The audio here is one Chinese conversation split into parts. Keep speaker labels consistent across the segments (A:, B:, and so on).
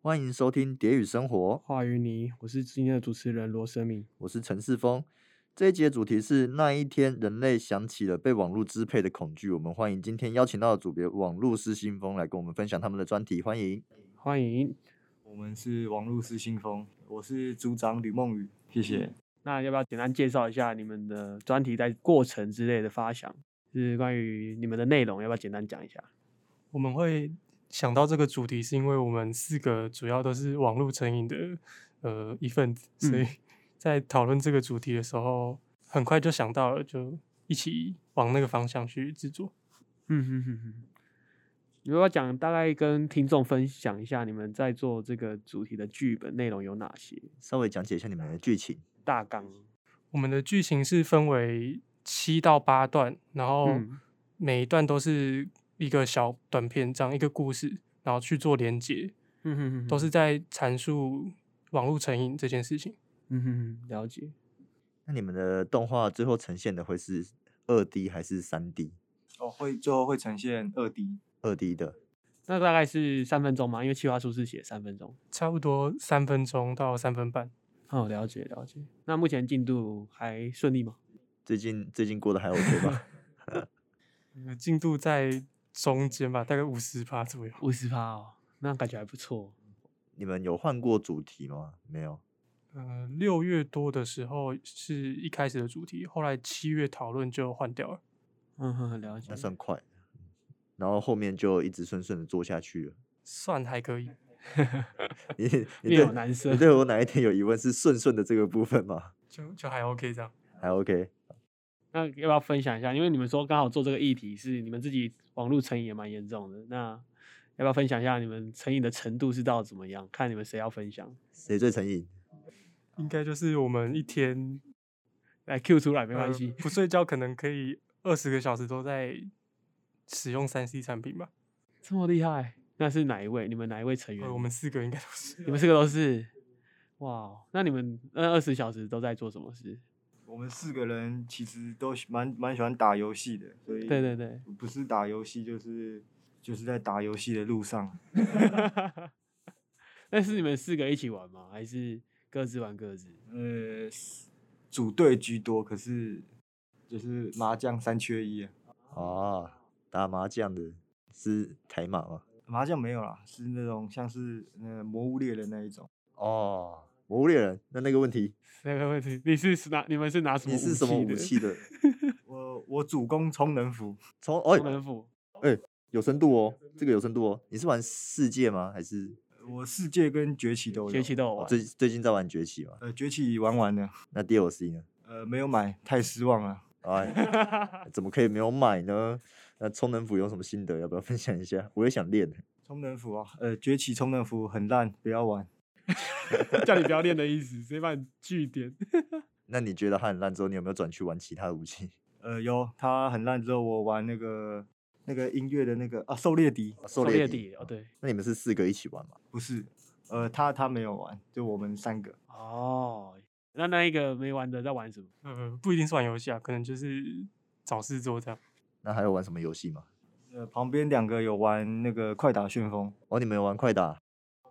A: 欢迎收听《蝶语生活》，
B: 话于你，我是今天的主持人罗生敏。
A: 我是陈世峰。这一集的主题是那一天，人类想起了被网络支配的恐惧。我们欢迎今天邀请到的主编网络失心疯来跟我们分享他们的专题，欢迎。
B: 欢迎，
C: 我们是网络失心疯，我是组长吕梦雨，谢谢。
B: 那要不要简单介绍一下你们的专题在过程之类的发想？是关于你们的内容，要不要简单讲一下？
D: 我们会想到这个主题，是因为我们四个主要都是网络成瘾的呃一份子，所以
B: 嗯
D: 在讨论这个主题的时候，很快就想到了，就一起往那个方向去制作。
B: 嗯哼哼哼，你要不要讲大概跟听众分享一下你们在做这个主题的剧本内容有哪些？
A: 稍微讲解一下你们的剧情。
B: 大纲？
D: 我们的剧情是分为七到八段，然后
B: 嗯
D: 每一段都是一个小短片，这样一个故事，然后去做连接，
B: 嗯哼哼，
D: 都是在阐述网络成瘾这件事情。
B: 嗯哼哼，了解。
A: 那你们的动画最后呈现的会是二 D 还是三 D？
C: 哦，会最后会呈现二 D，
A: 二 D 的，
B: 那大概是三分钟吗？因为企划书是写三分钟。
D: 差不多三分钟到三分半，
B: 哦，了解了解。那目前进度还顺利吗？
A: 最近最近过得还 OK 吧？
D: 呃进度在中间吧，大概五十趴左右。
B: 五十趴哦，那感觉还不错。
A: 你们有换过主题吗？没有。
D: 呃，六月多的时候是一开始的主题，后来七月讨论就换掉了。
B: 嗯哼，了解
A: 那。算快的。
C: 嗯
A: 然后后面就一直顺顺的做下去了。
D: 算还可以，
A: 你你
B: 面有
A: 对
B: 难色
A: 你。对我哪一点有疑问？是顺顺的这个部分吗？
D: 就就还 OK 这样。
A: 还 OK。
B: 那要不要分享一下？因为你们说刚好做这个议题是你们自己网络成瘾也蛮严重的，那要不要分享一下你们成瘾的程度是到怎么样？看你们谁要分享，
A: 谁最成瘾？
D: 应该就是我们一天
B: 来 Q 出来没
D: 没
B: 关
A: 呃
B: 系。
D: 不睡觉可能可以二十个小时都在使用三 C 产品吧。
B: 这么厉害，那是哪一位？你们哪一位成员？
D: 呃，我们四个应该都是。
B: 你们四个都是。哇，哦那你们那二十小时都在做什么事？
C: 我们四个人其实都喜蛮蛮喜欢打游戏的，所以
B: 对对对，
C: 不是打游戏就是就是在打游戏的路上，
B: 那是你们四个一起玩吗？还是各自玩各自？
C: 呃，组队居多，可是就是麻将三缺一啊，
B: 嗯
A: 啊，打麻将的是台马吗？
C: 麻将没有啦，是那种像是呃魔物猎人那一种，
A: 哦，魔物猎人。那那个问题，
B: 那个问题，你是拿你们是拿什么
A: 你
B: 武
A: 是什么
B: 的
A: 武器 的？
C: 我我主攻充能服，
A: 从
B: 超
A: 哎、
B: 能斧
A: 有深度哦，这个有深度哦。你是玩世界吗？还是
C: 我世界跟崛起都有，
B: 崛起都有
A: 哦
B: 玩。
A: 最最近在玩崛起吗？
C: 呃崛起玩完了，
A: 那 DLC 呢？
C: 呃没有买，太失望了。
A: 哎， 怎么可以没有买呢？那充能斧有什么心得？要不要分享一下？我也想练。
C: 充能服啊，呃，崛起充能服很烂，不要玩。
B: 叫你不要练的意思，直接把你据点。
A: 那你觉得它很烂之后，你有没有转去玩其他的武器？
C: 呃，有它很烂之后，我玩那个那个音乐的那个啊，狩猎笛
A: 啊
B: 狩
A: 狩
B: 猎
A: 猎
B: 底
A: 笛
B: 哦，。对，
A: 那你们是四个一起玩吗？
C: 不是，呃，他他没有玩，就我们三个。
B: 哦，那那一个没玩的在玩什么？
D: 呃，不一定是玩游戏啊，可能就是找事做这样。
A: 那还有玩什么游戏吗？
C: 呃，旁边两个有玩那个快打旋风，
A: 哦，你们有玩快打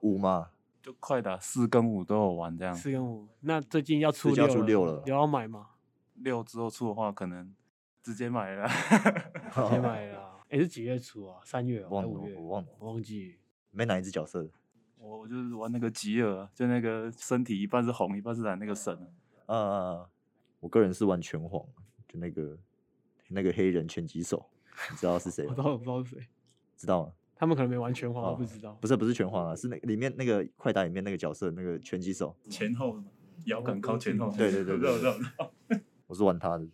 A: 五吗？
E: 就快打四跟五都有玩这样。
B: 四跟五。那最近要出
A: 嗯最近要
B: 六
A: 出六了
B: 有要买 吗？
E: 六之后出的话，可能直接买了。
B: 直接买了啊。哎，是几月出啊？三月啊？
A: 忘
B: 还
A: 了，
B: 五月？
A: 我忘了，
B: 我忘记。
A: 没哪一只角色的。
E: 我我就是玩那个吉尔，啊就那个身体一半是红，一半是蓝那个神
A: 啊
E: 啊。
A: 啊啊！我个人是玩拳皇，就那个那个黑人拳击手，你知道是谁
B: 我
A: 吗
B: 知？道，我不知道是谁。
A: 知道吗？
B: 他们可能没玩拳皇，我
A: 哦
B: 不知道。
A: 不是不是拳皇啊，是那里面那个快打里面那个角色那个拳击手，
E: 前后摇杆靠前后，
A: 对对对对
E: 绕绕
A: 对。我是玩他的。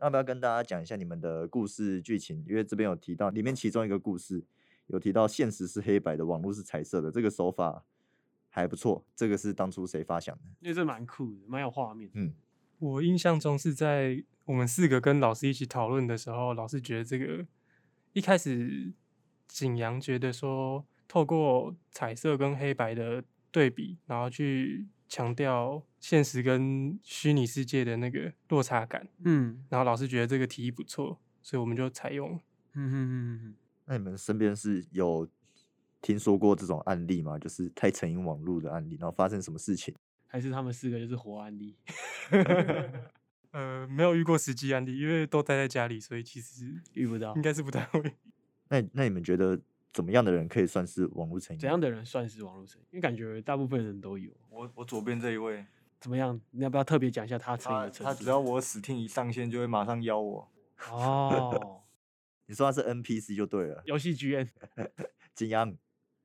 A: 那要不要跟大家讲一下你们的故事剧情？因为这边有提到，里面其中一个故事有提到现实是黑白的，网络是彩色的，这个手法还不错。这个是当初谁发想的？
B: 因为这蛮酷的，蛮有画面。
A: 嗯，
D: 我印象中是在我们四个跟老师一起讨论的时候，老师觉得这个一开始景阳觉得说，透过彩色跟黑白的对比，然后去强调现实跟虚拟世界的那个落差感，
B: 嗯
D: 然后老师觉得这个提议不错，所以我们就采用了。
B: 嗯嗯嗯嗯。
A: 那你们身边是有听说过这种案例吗？就是太成瘾网络的案例，然后发生什么事情？
B: 还是他们四个就是活案例？
D: 呃，没有遇过实际案例，因为都待在家里，所以其实
B: 遇不到
D: 应该是不太会。
A: 那那你们觉得怎么样的人可以算是网络成瘾？
B: 怎样的人算是网络成瘾？因为感觉大部分人都有。
C: 我我左边这一位，
B: 怎么样？你要不要特别讲一下他成瘾
C: 他
B: 的程度？
C: 他只要我死听一上线，就会马上邀我。
B: 哦，
A: 你说他是 NPC 就对了。
B: 游戏剧院
A: 景阳，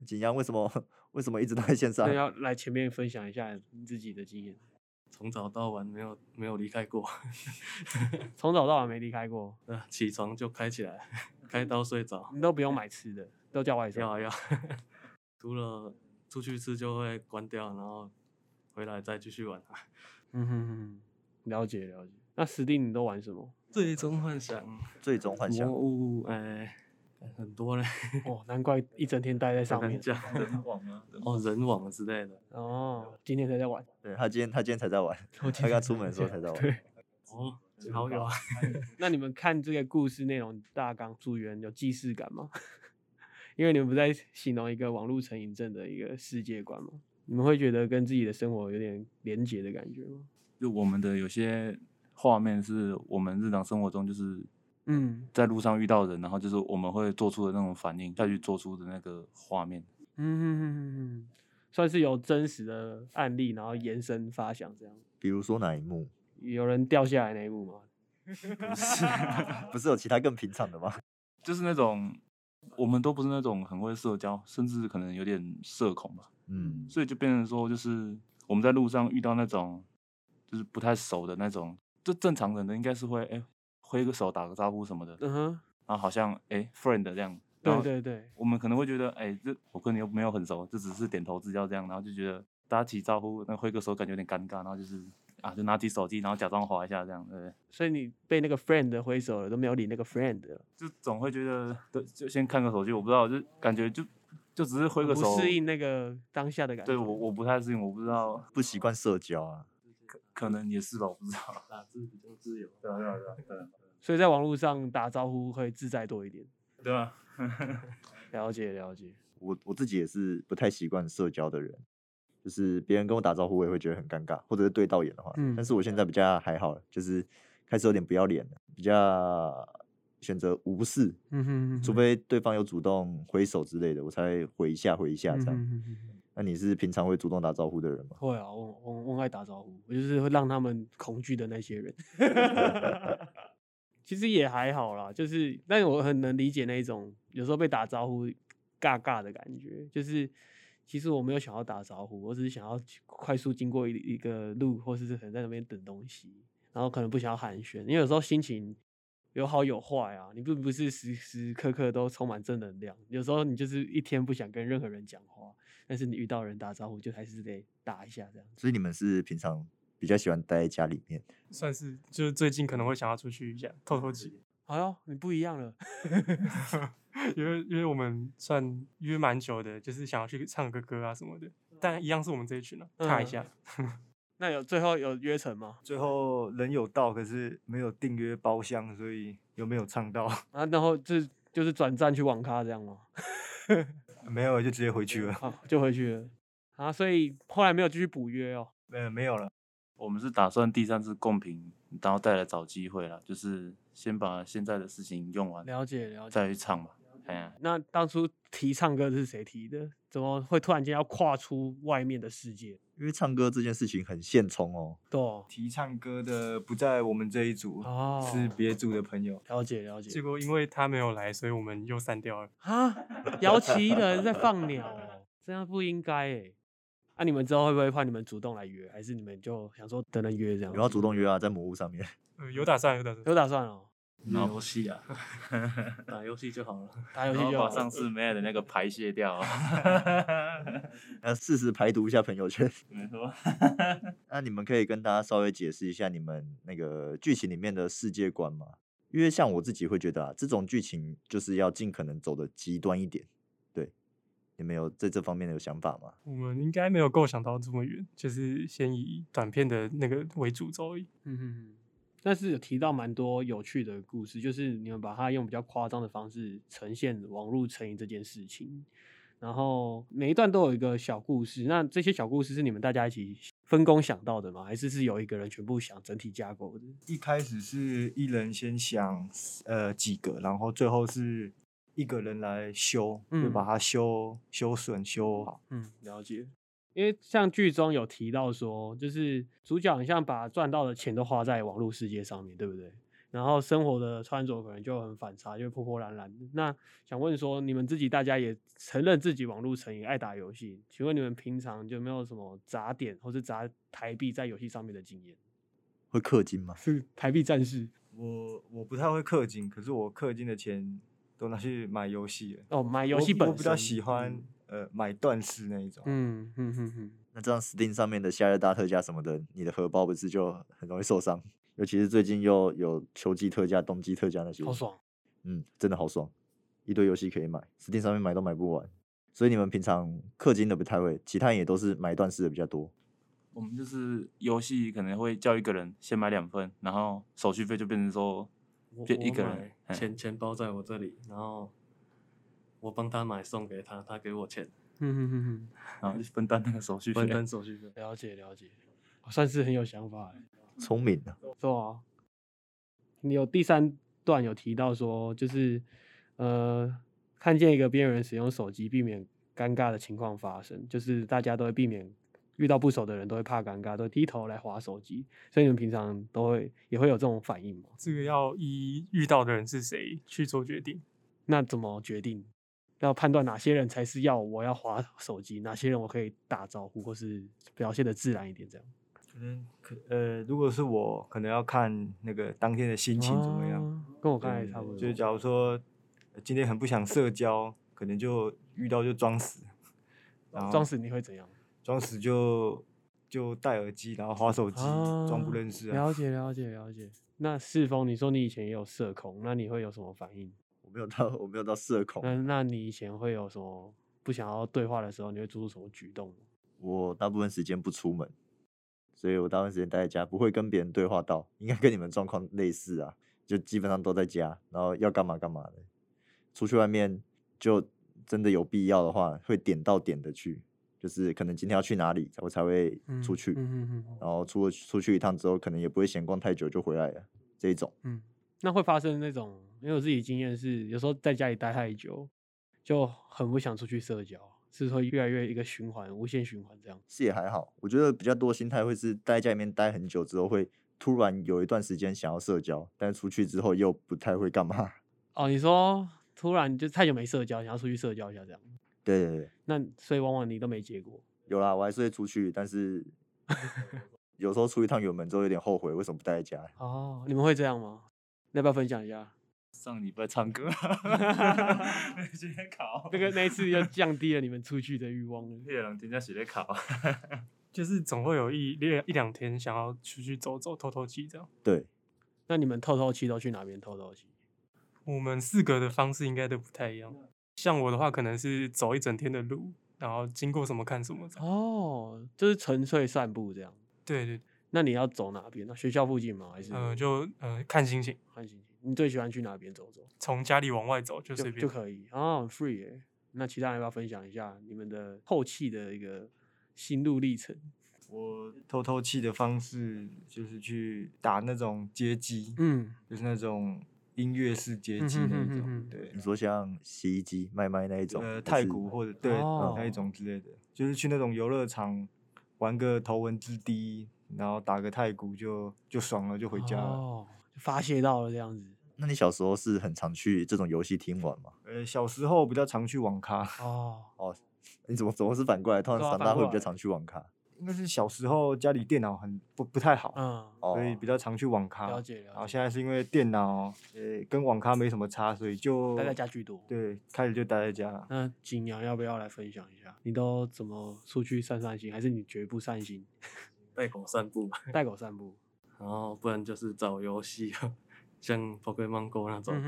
A: 景阳为什么 为什么一直都在线上
B: 那？要来前面分享一下你自己的经验，
E: 从早到晚没有没有离开过，
B: 从早到晚没离开过，
E: 呃，起床就开起来， 开到睡着，
B: 你都不用买吃的，都叫外
E: 要
B: 送。
E: 啊要，除了出去吃就会关掉，然后回来再继续玩。
B: 嗯哼哼，了解了解。那史蒂你都玩什么？
E: 最终幻想，
A: 最终幻想
E: 魔物，哎、很多嘞，
B: 哦，难怪一整天待在上面。
E: 讲人网啊，哦，人网之类的，
B: 哦，今天才在玩。
A: 对他今天他今天才在玩，
B: 我今
A: 他
B: 天
A: 刚出门的时候才在玩。
B: 对，
E: 哦，好友啊，
B: 那你们看这个故事内容大纲溯源有既视感吗？ 因为你们不在形容一个网络成瘾症的一个世界观吗？你们会觉得跟自己的生活有点连结的感觉吗？
E: 就我们的有些画面是我们日常生活中就是
B: 嗯
E: 在路上遇到人，然后就是我们会做出的那种反应，再去做出的那个画面。
B: 嗯哼哼哼哼，算是有真实的案例，然后延伸发想这样。
A: 比如说哪一幕？
B: 有人掉下来那一幕吗？
A: 不是有其他更平常的吗？
E: 就是那种我们都不是那种很会社交，甚至可能有点社恐吧，
A: 嗯，
E: 所以就变成说，就是我们在路上遇到那种就是不太熟的那种，就正常人的应该是会哎、挥个手打个招呼什么的，
B: 嗯哼，
E: 然后好像哎、friend 这样，然
B: 对
E: 后
B: 对对，
E: 我们可能会觉得哎、这我跟你又没有很熟，这只是点头之交这样，然后就觉得大家起招呼，那挥个手感觉有点尴尬，然后就是啊就拿起手机，然后假装划一下这样，对不对？
B: 所以你被那个 friend 挥手了，都没有理那个 friend 了
E: 就总会觉得，对，就先看个手机，我不知道，就感觉就就只是挥个
B: 不
E: 手，
B: 适应那个当下的感觉。
E: 对我我不太适应，我不知道，
A: 不习惯社交啊。
E: 可能也是吧，我不知道。 打字比较自由。对啊对啊对啊对啊
B: 所以在网络上打招呼会自在多一点。
E: 对啊，
B: 了解了解，
A: 我我自己也是不太习惯社交的人，就是别人跟我打招呼，我也会觉得很尴尬，或者是对到眼的话。
B: 嗯
A: 但是我现在比较还好了，就是开始有点不要脸了，比较选择无视，
B: 嗯哼哼
A: 除非对方有主动挥手之类的，我才回一下回一下
B: 嗯
A: 这样。那你是平常会主动打招呼的人吗？
B: 会啊，我我我很爱打招呼，我就是会让他们恐惧的那些人。其实也还好啦，就是，但我很能理解那一种有时候被打招呼尬尬的感觉，就是其实我没有想要打招呼，我只是想要去快速经过一一个路，或是可能在那边等东西，然后可能不想要寒暄，因为有时候心情有好有坏啊，你并不是时时刻刻都充满正能量，有时候你就是一天不想跟任何人讲话，但是你遇到人打招呼就还是得打一下这样子。
A: 所以你们是平常比较喜欢待在家里面，
D: 算是就是最近可能会想要出去一下透透气，
B: 哎呦，你不一样了，
D: 因为因为我们算约蛮久的，就是想要去唱个歌啊什么的，
E: 嗯
D: 但一样是我们这一群啊，踏一
B: 嗯
D: 下。
B: 那有最后有约成吗？
C: 最后人有到，可是没有订阅包厢，所以有没有唱到？
B: 啊，然后这就是转战去网咖这样吗？
C: 没有，就直接回去了。
B: 好，就回去了啊，所以后来没有继续补约哦。
C: 没有，没有了。
E: 我们是打算第三次共频，然后再来找机会啦，就是先把现在的事情用完，
B: 了解了解。
E: 再去唱吧。哎呀，
B: 那当初提唱歌是谁提的？怎么会突然间要跨出外面的世界？
A: 因为唱歌这件事情很现充哦。
B: 对哦，
C: 提唱歌的不在我们这一组，
B: 哦
C: 是别组的朋友。
B: 了解了解
D: 结。果因为他没有来，所以我们又散掉了。
B: 啊，摇旗人在放鸟、哦，这样不应该哎。那、你们之后会不会怕你们主动来约，还是你们就想说等人约这样
A: 你
B: 子？
A: 们要主动约啊，在魔物上面。
D: 呃，
E: 嗯
D: 有打算，有打算。
B: 有打算哦，
E: 打游戏 啊，打游戏就好了，
B: 打游
E: 然
B: 戏
E: 后
B: 就
E: 把
B: 好
E: 上次没来的那个排泄掉啊。
A: 那适时排毒一下朋友圈。
E: 没错。
A: 那你们可以跟大家稍微解释一下你们那个剧情里面的世界观吗？因为像我自己会觉得啊，这种剧情就是要尽可能走的极端一点。对，你们有在这方面的有想法吗？
D: 我们应该没有构想到这么远，就是先以短片的那个为主轴而已。
B: 嗯哼哼，但是有提到蛮多有趣的故事，就是你们把它用比较夸张的方式呈现网络成瘾这件事情。然后每一段都有一个小故事。那这些小故事是你们大家一起分工想到的吗？还是是有一个人全部想整体架构的？
C: 一开始是一人先想呃几个，然后最后是一个人来修，就把
B: 嗯
C: 它修修损修好。
B: 嗯，了解。因为像剧中有提到说，就是主角很像把赚到的钱都花在网络世界上面，对不对？然后生活的穿着可能就很反差，就破破烂烂的。那想问说，你们自己大家也承认自己网络成瘾，爱打游戏，请问你们平常有没有什么砸点或是砸台币在游戏上面的经验？
A: 会氪金吗？
B: 是台币战士
C: 我我不太会氪金，可是我氪金的钱都拿去买游戏了。
B: 哦，买游
C: 我
B: 戏本
C: 我比较
B: 身
C: 喜欢、呃买断式那一种。
B: 嗯，嗯嗯嗯
A: 那这样 Steam 上面的夏日大特价什么的，你的荷包不是就很容易受伤？尤其是最近又有秋季特价、冬季特价那些
B: 嗯，，好爽。
A: 嗯，真的好爽，一堆游戏可以买，Steam 上面买都买不完。所以你们平常氪金的不太会，其他人也都是买断式的比较多。
E: 我们就是游戏可能会叫一个人先买两份，然后手续费就变成说
F: 我
E: 就一
F: 我
E: 个
F: 买
E: 人嘿
F: 钱钱包在我这里，然后我帮他买送给他，他给我钱，
B: 嗯嗯嗯
E: 然后就分担那个手续费
F: 分。担手续费。
B: 嗯，了解了解，我算是很有想法欸
A: 聪明啊，
B: 对啊，你有第三段有提到说，就是呃，看见一个边缘人使用手机，避免尴尬的情况发生，就是大家都会避免遇到不熟的人都会怕尴尬，都会低头来划手机，所以你们平常都会也会有这种反应吗？
D: 这个要依遇到的人是谁去做决定。
B: 那怎么决定？要判断哪些人才是要我要划手机，哪些人我可以打招呼，或是表现的自然一点，这样
C: 可能可呃，如果是我，可能要看那个当天的心情怎么样。
B: 啊跟我刚才
C: 对
B: 差不多。
C: 就是假如说呃今天很不想社交，可能就遇到就装死，然后
B: 装死你会怎样？
C: 装死就就戴耳机，然后划手机，装不
B: 啊
C: 认识啊。
B: 了解了解了解。那世峰，你说你以前也有社恐，那你会有什么反应？
A: 我没有到，我没有到社恐，
B: 那那你以前会有什么不想要对话的时候，你会做出什么举动吗？
A: 我大部分时间不出门，所以我大部分时间待在家，不会跟别人对话到，应该跟你们状况类似啊，就基本上都在家，然后要干嘛干嘛的。出去外面就真的有必要的话，会点到点的去，就是可能今天要去哪里，我才会出去。
B: 嗯嗯嗯。
A: 然后出了出去一趟之后，可能也不会闲逛太久就回来了，这一种。
B: 嗯那会发生那种，因为我自己经验是，有时候在家里待太久，就很不想出去社交，是会越来越一个循环，无限循环这样。
A: 是也还好，我觉得比较多心态会是待在家里面待很久之后，会突然有一段时间想要社交，但是出去之后又不太会干嘛。
B: 哦，你说突然就太久没社交，想要出去社交一下这样，
A: 对对对，
B: 那所以往往你都没结果。
A: 有啦，我还是会出去，但 是有时候出一趟远门之后有点后悔，为什么不待在家？
B: 哦，你们会这样吗？要不要分享一下？
E: 上礼拜唱歌，今天考
B: 那个那一次就降低了你们出去的欲望了。
E: 月亮今天写在考，
D: 就是总会有一两一两天想要出去走走、透透气这样。
A: 对，
B: 那你们透透气都去哪边透透气？
D: 我们四个的方式应该都不太一样。像我的话，可能是走一整天的路，然后经过什么看什么这样。
B: 哦，就是纯粹散步这样。
D: 对对，
B: 那你要走哪边？那学校附近吗？还是
D: 呃，就呃看心情，
B: 看心情？你最喜欢去哪边走走？
D: 从家里往外走就
B: 就
D: 随
B: 就
D: 便。
B: 可以哦，很 free 耶、那其他人要不要分享一下你们的后期的一个心路历程？
C: 我透透气的方式就是去打那种街机，
B: 嗯，
C: 就是那种音乐式街
B: 嗯
C: 机
B: 哼
C: 那一
B: 哼
C: 种，
B: 哼哼
C: 对
A: 你。说像洗衣机、卖卖那一种，
C: 呃，
A: 还
C: 泰
A: 是
C: 国或者对、那
B: 哦
C: 一种之类的，就是去那种游乐场玩个头文字 D，然后打个太鼓就就爽了，就回家了。
B: 哦，就发泄到了这样子。
A: 那你小时候是很常去这种游戏厅玩吗？
C: 呃，小时候比较常去网咖，
B: 哦，
A: 你怎么怎么是反过来？通
B: 对
A: 常
B: 啊
A: 长
B: 反
A: 大会
B: 过
A: 比较
B: 来
A: 常去网咖。
C: 应该是小时候家里电脑很不不太好，
B: 嗯，
A: 哦
C: 所以比较常去网咖。
B: 了解
C: 然后
B: 了解，
C: 现在是因为电脑呃跟网咖没什么差，所以就
B: 待在家居多。嗯
C: 对，开始就待在家了。
B: 那景阳要不要来分享一下？你都怎么出去散散心，还是你绝不散心？
F: 带狗散步，
B: 带狗散步，
F: 然后不然就是找游戏，啊像 Pokemon Go 那种，
B: 嗯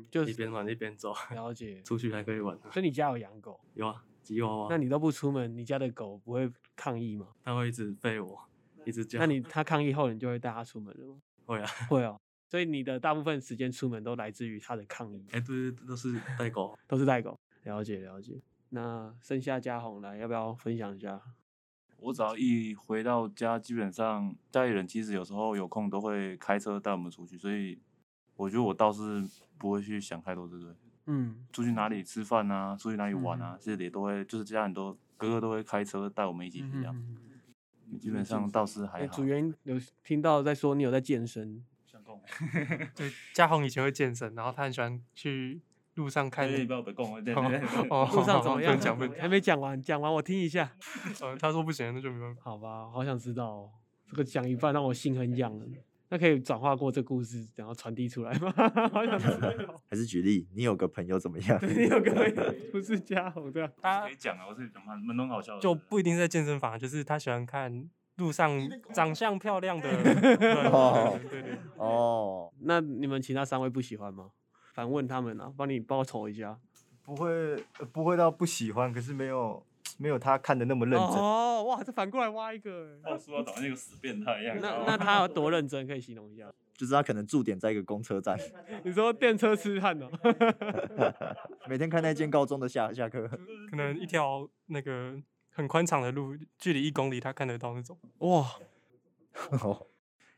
B: 嗯，就
F: 一
B: 是
F: 边玩一边走，
B: 了解。
F: 出去还可以玩。啊
B: 所以你家有养狗，
F: 有啊，吉娃娃，
B: 那你都不出门，你家的狗不会抗议吗？
F: 它会一直吠我，一直叫。
B: 那你它抗议后，你就会带它出门了吗？
F: 啊会啊？
B: 会哦。所以你的大部分
F: 哎
B: 时间出门都来自于它的抗议，
F: 哎、对对，对都是带狗。
B: 都是带狗。了解了解。那剩下嘉宏来，要不要分享一下？
E: 我只要一回到家，基本上家里人其实有时候有空都会开车带我们出去，所以我觉得我倒是不会去想太多这个。
B: 嗯，
E: 出去哪里吃饭啊，出去哪里玩啊，这些也都会，就是家人都哥哥都会开车带我们一起去
F: 啊
E: 这样。基本上倒是还
B: 嗯哎
E: 好
B: 组。员有听到在说你有在健身，
D: 对，嘉宏以前会健身，然后他很喜欢去路上看。
E: 对，不要被供了，对
D: 哦
E: 对对
D: 哦
B: 路上怎么
D: 不
B: 样啊？
D: 能讲不
B: 还没讲完，讲完我听一下。
D: 呃他说不行，那就没办法。
B: 好吧，好想知道、哦，这个讲一半让我心很痒了。那可以转化过这故事，然后传递出来吗？ 好想知道。
A: 还是举例，你有个朋友怎么样？
B: 你有个不是嘉宏这样，
E: 他可以讲啊，我是讲蛮蛮蛮好笑的。
D: 就不一定在健身房，就是他喜欢看路上长相漂亮 的人。
A: 哦
D: 对对对，
A: 哦，
B: 那你们其他三位不喜欢吗？反问他们啊，帮你报仇一下。
C: 不会、呃不会到不喜欢，可是没有没有他看的那么认真。
B: 哦，哇，这反过来挖一个欸。
E: 我说长得那个死变态一样
B: 那那他有多认真？可以形容一下。
A: 就是他可能驻点在一个公车站，
B: 你说电车痴汉哦，
A: 每天看那间高中的下下课，
D: 可能一条那个很宽敞的路，距离一公里，他看得到那种。
B: 哇，
A: 哦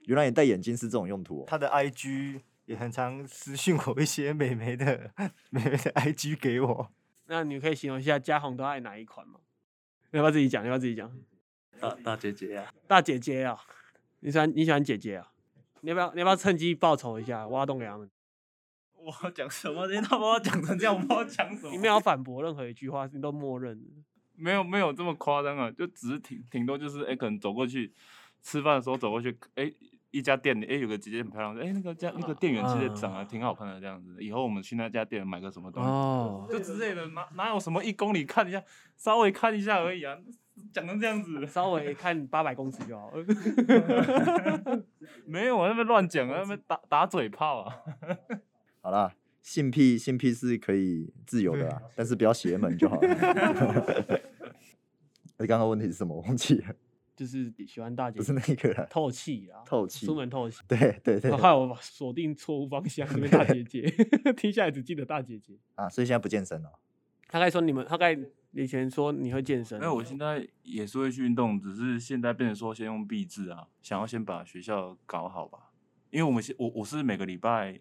A: 原来你戴眼镜是这种用途哦。
C: 他的 IG 也很常私信我一些美眉的美眉的 IG 给我。
B: 那你可以形容一下嘉宏都爱哪一款吗？要不要自己讲？要不要自己讲？
F: 大大姐姐啊，
B: 大姐姐啊，你喜欢你喜欢姐姐啊？你要不要你要不要趁机报仇一下，挖洞给他们？
E: 我要讲什么？你他把我讲成这样，我不知道讲什么。
B: 你没有反驳任何一句话，你都默认了。
E: 没有没有这么夸张啊，就只是挺挺多就是哎、诶可能走过去吃饭的时候走过去，哎、一家店里哎、诶有个姐姐很漂亮，哎、那个家那个店员其实长得挺好看的这样子，以后我们去那家店买个什么东西，
B: 哦，
E: 就之类的，哪哪有什么一公里看一下，稍微看一下而已啊，讲成这样 子，
B: 稍微看八百公尺 就好。
E: 没有啊，那边乱讲啊，那边打打嘴炮啊，
A: 好啦，性癖性癖是可以自由的啦，但是不要邪门就好了。哎，刚刚问题是什么？我忘记了，
B: 就是喜欢大姐
A: 不是
B: 姐
A: 那个 啦。
B: 透气啊，
A: 透气
B: 出门透气。
A: 对对 对
B: 哦害我锁定错误方向，这边大姐姐， 听下来只记得大姐姐。
A: 啊，所以现在不健身了。
B: 大概说你们，大概以前说你会健身，
E: 那我现在也是会去运动，只是现在变成说先用币制啊，想要先把学校搞好吧，因为我们现我我是每个礼拜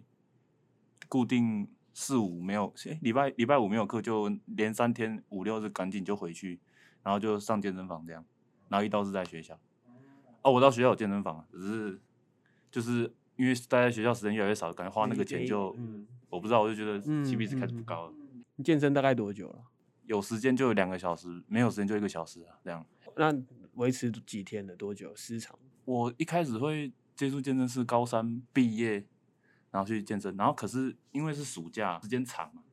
E: 固定四五没有，诶礼拜礼拜五没有课，就连三天五六日赶紧就回去，然后就上健身房这样，然后一到是在学校。哦，我到学校有健身房啊，只是就是因为待在学校时间越来越少，感觉花那
B: 你
E: 个
B: 建
E: 钱
B: 议
E: 就，
B: 嗯
E: 我不知道，我就觉得
B: 嗯
E: CP 值开始
B: 嗯
E: 不
B: 嗯
E: 高了，
B: 你健身大概多久了？
E: 有时间就有两个小时，没有时间就一个小时啊，这样。
B: 那维持几天的？多久？时长？
E: 我一开始会接触健身是高三毕业，然后去健身，然后可是因为是暑假，时间长嘛，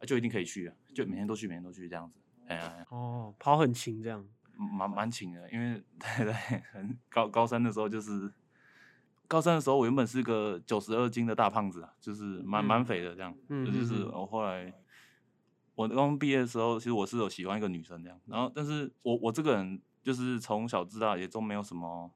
E: 啊就一定可以去啊，就每天都去，每天都去这样子。哎呀、哎呀
B: 哦，跑很勤这样。
E: 蛮蛮勤的，因为对 对，很高高三的时候就是，高三的时候我原本是个九十二斤的大胖子啊，就是蛮蛮
B: 嗯
E: 肥的这样，
B: 嗯
E: 就
B: 嗯
E: 是
B: 嗯
E: 我后来我刚毕业的时候，其实我是有喜欢一个女生这样，然后但是我我这个人就是从小至大也都没有什么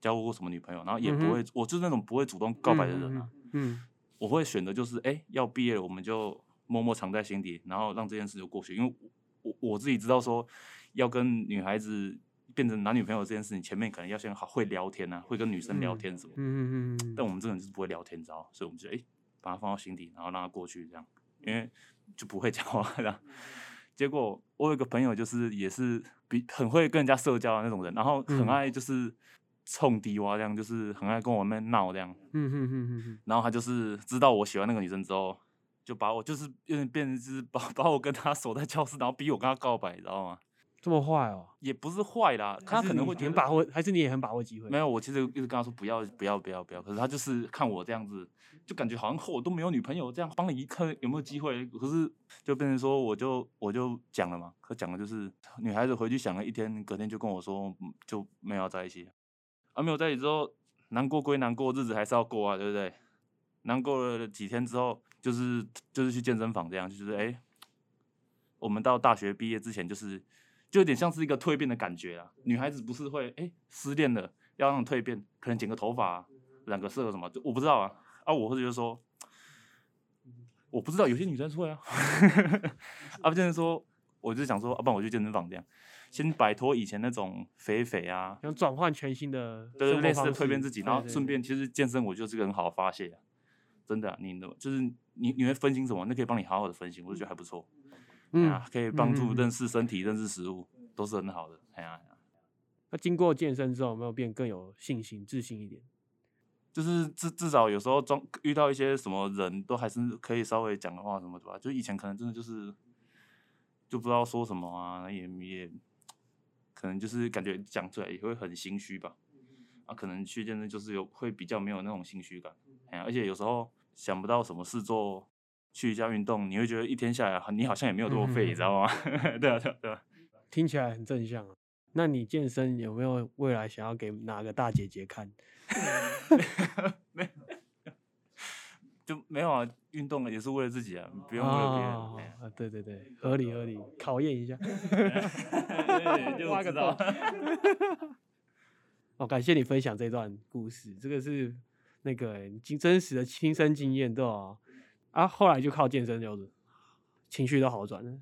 E: 交过什么女朋友，然后也
B: 嗯
E: 不
B: 哼
E: 会，我就是那种不会主动告白的人啊，
B: 嗯，
E: 我会选择就是，哎、要毕业了，我们就默默藏在心底，然后让这件事就过去。因为我我我自己知道说，要跟女孩子变成男女朋友这件事情，前面可能要先好会聊天啊，会跟女生聊
B: 嗯
E: 天什么。
B: 嗯嗯嗯
E: 但我们这个人就是不会聊天，你知道吗，所以我们就哎、诶把它放到心底，然后让它过去，这样，因为就不会讲话这样。结果我有一个朋友，就是也是比很会跟人家社交的那种人，然后很
B: 嗯
E: 爱就是冲低洼这样，就是很爱跟我们闹这样。
B: 嗯嗯嗯
E: 然后他就是知道我喜欢那个女生之后，就把我就是有点变成就是把 把我跟她锁在教室，然后逼我跟她告白，你知道吗？
B: 这么坏哦？
E: 也不是坏啦，嗯她可能会觉
B: 很
E: 得
B: 把握，还是你也很把握机会？
E: 没，有，我其实一直跟她说不要不要不要不要，可是她就是看我这样子，就感觉好像和我都没有女朋友这样，帮你看有没有机会，可是就变成说我就我就讲了嘛，可讲了就是女孩子回去想了一天，隔天就跟我说嗯就没有要在一起了，啊没有在一起之后，难过归难过，日子还是要过啊，对不对？难过了几天之后，就是就是去健身房这样，就是哎、诶我们到大学毕业之前，就是就有点像是一个蜕变的感觉啊。女孩子不是会哎、诶失恋了要让蜕变，可能剪个头发、啊，
B: 嗯
E: 染个色什么，就我不知道啊。啊，我会觉得说，
B: 嗯
E: 我不知道有些女生是会啊，啊，不就是说我就想说，啊，不然我去健身房这样，先摆脱以前那种肥肥啊，
B: 想转换全新的生活方式，
E: 对对，类似的蜕变自己，然后
B: 对
E: 顺便，其实健身我觉得是个很好的发泄啊，真的啊、你的就是你你会分心什么，那可以帮你好好的分心，我就觉得还不错，
B: 对对嗯，
E: 啊，可以帮助
B: 嗯嗯嗯
E: 认识身体、认识食物，都是很好的，哎呀、
B: 那经过健身之后，有没有变更有信心、自信一点？
E: 就是至至少有时候中遇到一些什么人都还是可以稍微讲个话什么的吧。就以前可能真的就是就不知道说什么啊，也也可能就是感觉讲出来也会很心虚吧。啊，可能去健身就是有会比较没有那种心虚感，哎呀、而且有时候想不到什么事做，去一下运动，你会觉得一天下来你好像也没有多废，你知道吗？ 对啊，对啊，对啊。
B: 听起来很正向啊。那你健身有没有未来想要给哪个大姐姐看？
E: 没有，就没有啊，运动也是为了自己啊，不用为了别人。
B: 哦
E: 哎呀
B: 啊对对对，合理合理，考验一下。
E: 对就
B: 挖
E: 知
B: 个
E: 道
B: 洞哦，感谢你分享这段故事，这个是那个欸经真实的亲身经验，对吧？啊，后来就靠健身就是情绪都好转了。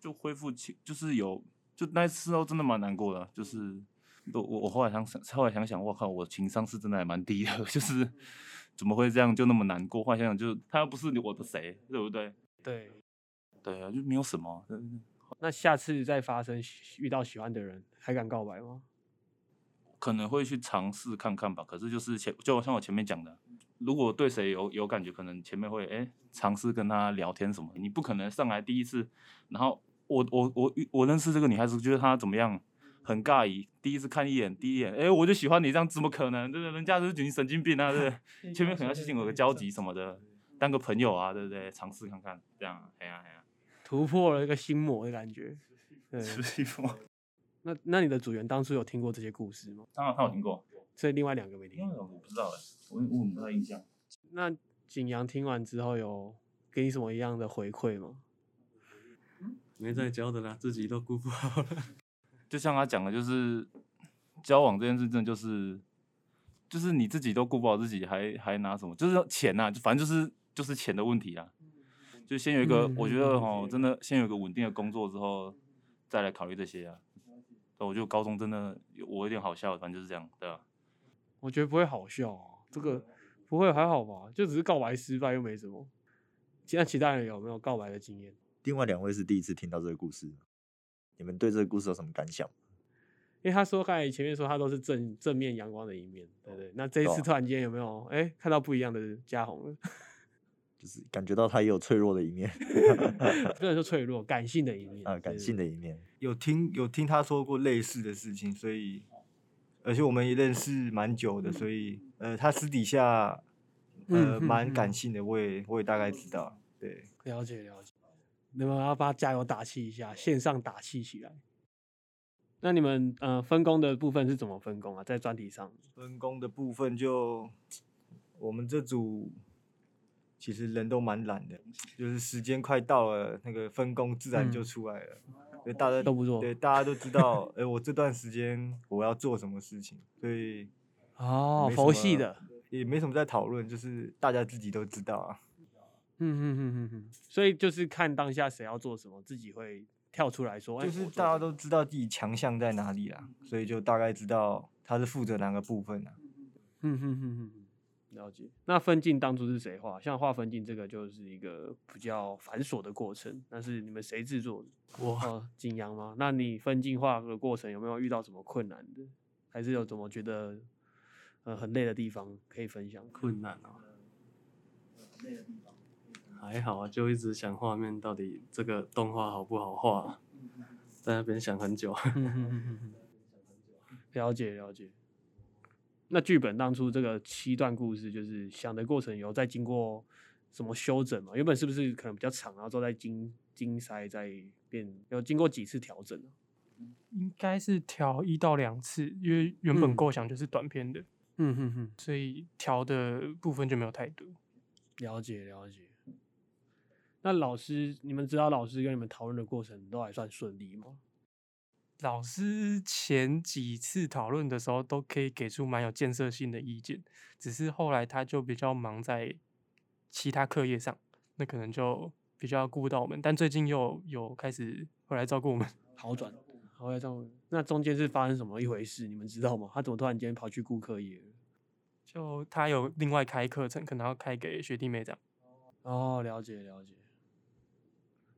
E: 就恢复起，就是有，就那次都真的蛮难过的啊，就是我我我后来想想，后来想想，我靠，我情商是真的还蛮低的， 就是怎么会这样就那么难过？后来想想就，他又不是我的谁，对不对？
B: 对，
E: 对啊，就没有什么，嗯
B: 那下次再发生喜遇到喜欢的人，还敢告白吗？
E: 可能会去尝试看看吧。可是就是前，就像我前面讲的，如果对谁有有感觉，可能前面会哎尝试跟他聊天什么。你不可能上来第一次，然后我我我我认识这个女孩子，觉得她怎么样，很尬异，第一次看一眼，第一眼哎我就喜欢你，这样怎么可能？对不对？人家就是觉得你神经病啊，对不对？前面可能要先有个交集什么的，当个朋友啊，对不对？尝试看看，这样，哎呀哎呀，
B: 突破了一个心魔的感觉。对，
E: 是一波。
B: 那那你的组员当初有听过这些故事吗？
E: 当然他有听过，
B: 所以另外两个没听
E: 因
B: 过。
E: 为我不知道哎、我我不太印象。
B: 那景阳听完之后有给你什么一样的回馈吗？
F: 没在教的啦，自己都顾不好了。
E: 就像他讲的，就是交往这件事，真的就是就是你自己都顾不好自己，还还拿什么？就是钱呐、就反正就是就是钱的问题啊。就先有一个，
B: 嗯
E: 我觉
B: 嗯
E: 得
B: 嗯
E: 哈，真的先有一个稳定的工作之后，再来考虑这些啊。对，我觉得高中真的有我有点好笑，反正就是这样，对吧、
B: 我觉得不会好笑、哦，这个不会还好吧？就只是告白失败又没什么。其那其他人有没有告白的经验？
A: 另外两位是第一次听到这个故事，你们对这个故事有什么感想？
B: 因为他说刚才前面说他都是正正面阳光的一面，对不对？那这一
A: 对
B: 次
A: 啊
B: 突然间有没有哎、诶看到不一样的嘉宏了？
A: 就是感觉到他也有脆弱的一面
B: 不能说脆弱，嗯感性的一面
A: 啊，感性的一面。
C: 有听有听他说过类似的事情，所以而且我们也认识蛮久的，所以呃，他私底下
B: 嗯
C: 呃
B: 嗯
C: 蛮
B: 嗯
C: 感性的，我也我也大概知道，对，
B: 了解了解，你们要帮他加油打气一下，线上打气起来。那你们呃分工的部分是怎么分工啊？在专题上，
C: 分工的部分就我们这组其实人都蛮懒的，就是时间快到了，那个分工自然就
B: 嗯
C: 出来了。就大家
B: 都不做
C: 对，大家都知道，哎、我这段时间我要做什么事情，所以
B: 哦
C: 没什
B: 佛系
C: 么
B: 的，
C: 也没什么在讨论，就是大家自己都知道啊。
B: 嗯嗯嗯嗯嗯，所以就是看当下谁要做什么，自己会跳出来说，哎
C: 就是
B: 我做
C: 大家
B: 什么
C: 都知道自己强项在哪里啦，所以就大概知道他是负责哪个部分啊。
B: 嗯哼哼哼哼，了解。那分镜当初是谁画？像画分镜这个就是一个比较繁琐的过程，但是你们谁制作的？
F: 我
B: 哦，景阳吗？那你分镜画的过程有没有遇到什么困难的？还是有怎么觉得呃很累的地方可以分享？
F: 困难哦。还好啊，就一直想画面到底这个动画好不好画啊、在那边想很久。
B: 嗯哼哼哼哼 了解了解。那剧本当初这个七段故事，就是想的过程有再经过什么修整嘛？原本是不是可能比较长，然后之后再经经筛再变，有经过几次调整啊
D: 应该是调一到两次，因为原本
B: 嗯
D: 构想就是短篇的，
B: 嗯哼哼，
D: 所以调的部分就没有太多。
B: 了解了解。那老师，你们指导老师跟你们讨论的过程都还算顺利吗？
D: 老师前几次讨论的时候都可以给出蛮有建设性的意见，只是后来他就比较忙在其他课业上，那可能就比较顾不到我们，但最近又有开始会来照顾我们。
B: 好转，好来照顾。那中间是发生什么一回事？你们知道吗？他怎么突然间跑去顾客业了？
D: 就他有另外开课程，可能要开给学弟妹这样。
B: 哦，了解了解。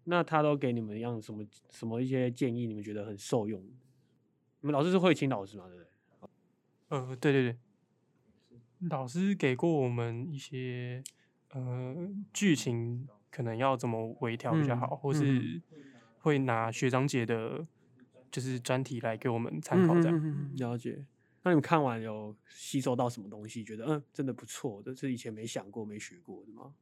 B: 那他都给你们一样什么什么一些建议，你们觉得很受用？你们老师是会请老师嘛？对不对？
D: 呃，对对对，老师给过我们一些呃剧情可能要怎么微调比较
B: 嗯
D: 好，或
B: 嗯
D: 是会拿学长姐的，就是专题来给我们参考这样。
B: 嗯了解。那你们看完有吸收到什么东西？觉得嗯，真的不错，这是以前没想过、没学过的吗？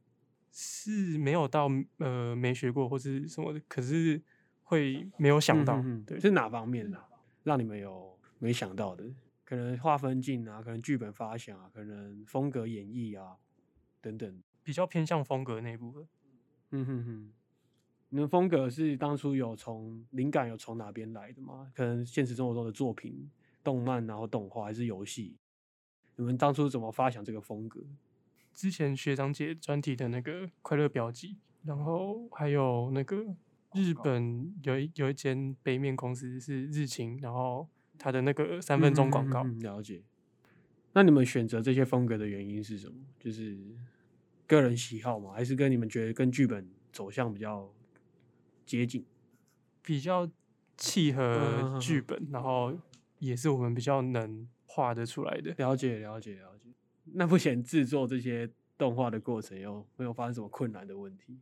D: 是没有到呃没学过或是什么的，可是会没有想到，
B: 嗯嗯嗯
D: 对，
B: 是哪方面呢、让你们有没想到的？可能划分镜啊，可能剧本发想啊，可能风格演绎啊，等等。
D: 比较偏向风格那一部分。
B: 嗯哼哼，你们风格是当初有从灵感有从哪边来的吗？可能现实生活中的作品、动漫，然后动画还是游戏？你们当初怎么发想这个风格？
D: 之前学长姐专题的那个快乐表记，然后还有那个日本有一有一间杯面公司是日清，然后它的那个三分钟广告，
B: 嗯嗯嗯嗯了解。那你们选择这些风格的原因是什么？就是个人喜好吗？还是跟你们觉得跟剧本走向比较接近？
D: 比较契合
B: 嗯
D: 剧本，然后也是我们比较能画得出来的。
B: 了解，了解，了解。那目前制作这些动画的过程有没有发生什么困难的问题？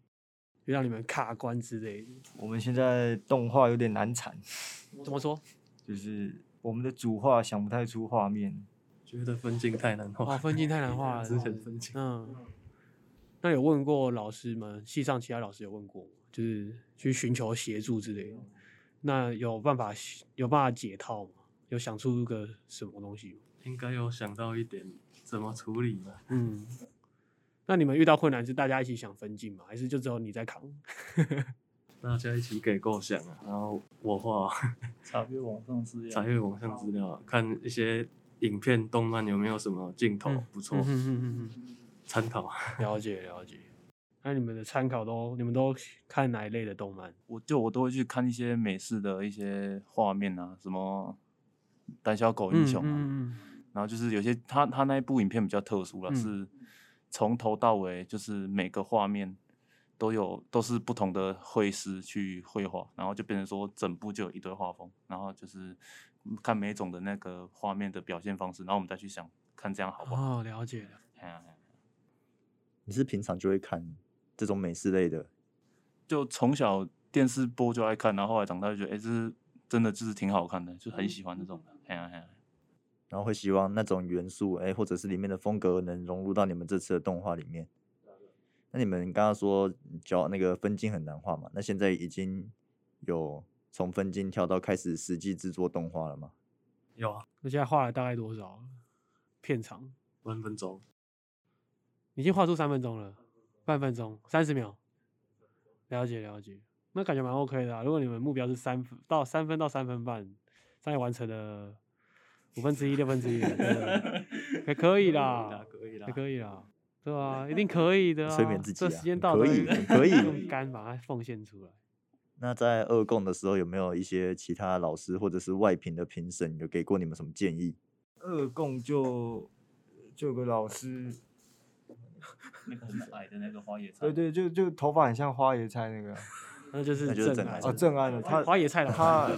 B: 就让你们卡关之类的？
C: 我们现在动画有点难产，
B: 怎么说？
C: 就是我们的主画想不太出画面，
F: 觉得分镜太难
B: 哇，
F: 画。
B: 分镜太难画了。
F: 之
D: 哦
F: 前
B: 是
F: 分镜
B: 嗯，那有问过老师们，系上其他老师有问过吗？就是去寻求协助之类的。那有办法有办法解套吗？有想出个什么东西吗？
F: 应该有想到一点怎么处理吧？
B: 嗯，那你们遇到困难是大家一起想分镜吗？还是就只有你在扛？
F: 大家一起给构想啊，然后我画
E: 查阅网上资
F: 查
E: 料，
F: 阅网上资料啊，看一些影片、动漫有没有什么镜头
B: 嗯
F: 不错
B: 嗯嗯嗯 嗯
F: 参考 啊。
B: 嗯，了解了解。那你们的参考都，你们都看哪一类的动漫？
E: 我就我都会去看一些美式的一些画面啊，什么胆小狗英雄啊，
B: 嗯
E: 然后就是有些他他那一部影片比较特殊了，
B: 嗯
E: 是从头到尾就是每个画面都有都是不同的绘师去绘画，然后就变成说整部就有一堆画风，然后就是看每种的那个画面的表现方式，然后我们再去想看这样好
B: 嗯
E: 不好？
B: 哦，了解了。
E: 哎呀哎呀
A: 你是平常就会看这种美式类的，
E: 就从小电视播就爱看，然后后来长大就觉得，哎、这是真的就是挺好看的，就很喜欢这种的。哎呀哎呀，
A: 然后会希望那种元素，哎，或者是里面的风格能融入到你们这次的动画里面。那你们刚刚说教那个分镜很难画嘛？那现在已经有从分镜跳到开始实际制作动画了吗？
F: 有啊，
B: 那现在画了大概多少片长？
F: 三分钟，
B: 已经画出三分钟了，半分钟，三十秒，了解了解，那感觉蛮 OK 的、啊。如果你们目标是三分到三分到三分半，大概完成了五分之一、六分之一了，真的也可以啦，
F: 可以啦，可以啦。
B: 也可以啦，对啊，一定可以的、啊。
A: 催眠自己
B: 这
A: 啊
B: 时间
A: 你
B: 到
A: 可
B: 都
A: 以
B: 会
A: 你可以
B: 用肝把它奉献出来。
A: 那在二供的时候，有没有一些其他老师或者是外评的评审有给过你们什么建议？
C: 二供就就有个老师，
E: 那个很矮的那个花野菜
C: 对对，就就头发很像花椰菜那个啊，
B: 那就是
A: 那就是
B: 正
A: 正啊
B: 案
A: 案
C: 哦，正安的他
B: 花野 菜了，
C: 他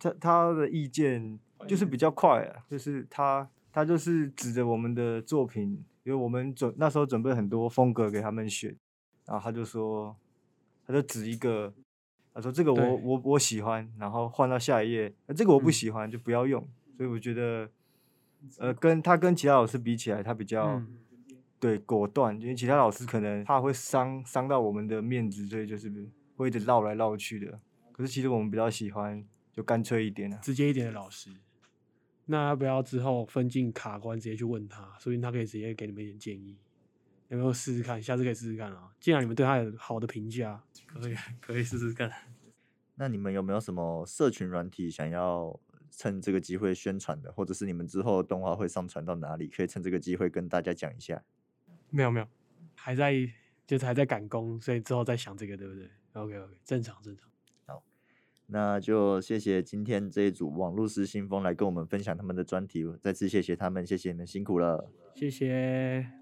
C: 他他的意见就是比较快啊，就是他他就是指着我们的作品，因为我们准那时候准备很多风格给他们选，然后他就说，他就指一个，他说这个
B: 对
C: 我我我喜欢，然后换到下一页，呃这个我不
B: 嗯
C: 喜欢、就不要用，所以我觉得，呃，跟他跟其他老师比起来，他比较、
B: 嗯
C: 对果断，因为其他老师可能怕会伤伤到我们的面子，所以就是会一直绕来绕去的。可是其实我们比较喜欢就干脆一点啊。
B: 直接一点的老师。那要不要之后分镜卡关直接去问他？说不定他可以直接给你们一点建议，有没有试试看？下次可以试试看啊。既然你们对他有好的评价，
F: 可以，可以试试看。
A: 那你们有没有什么社群软体想要趁这个机会宣传的，或者是你们之后动画会上传到哪里，可以趁这个机会跟大家讲一下？
D: 没有没有，
B: 还在就是还在赶工，所以之后再想这个，对不对？OK OK，正常正常。
A: 那就谢谢今天这一组网络师新风来跟我们分享他们的专题，再次谢谢他们，谢谢你们辛苦了。
B: 谢谢。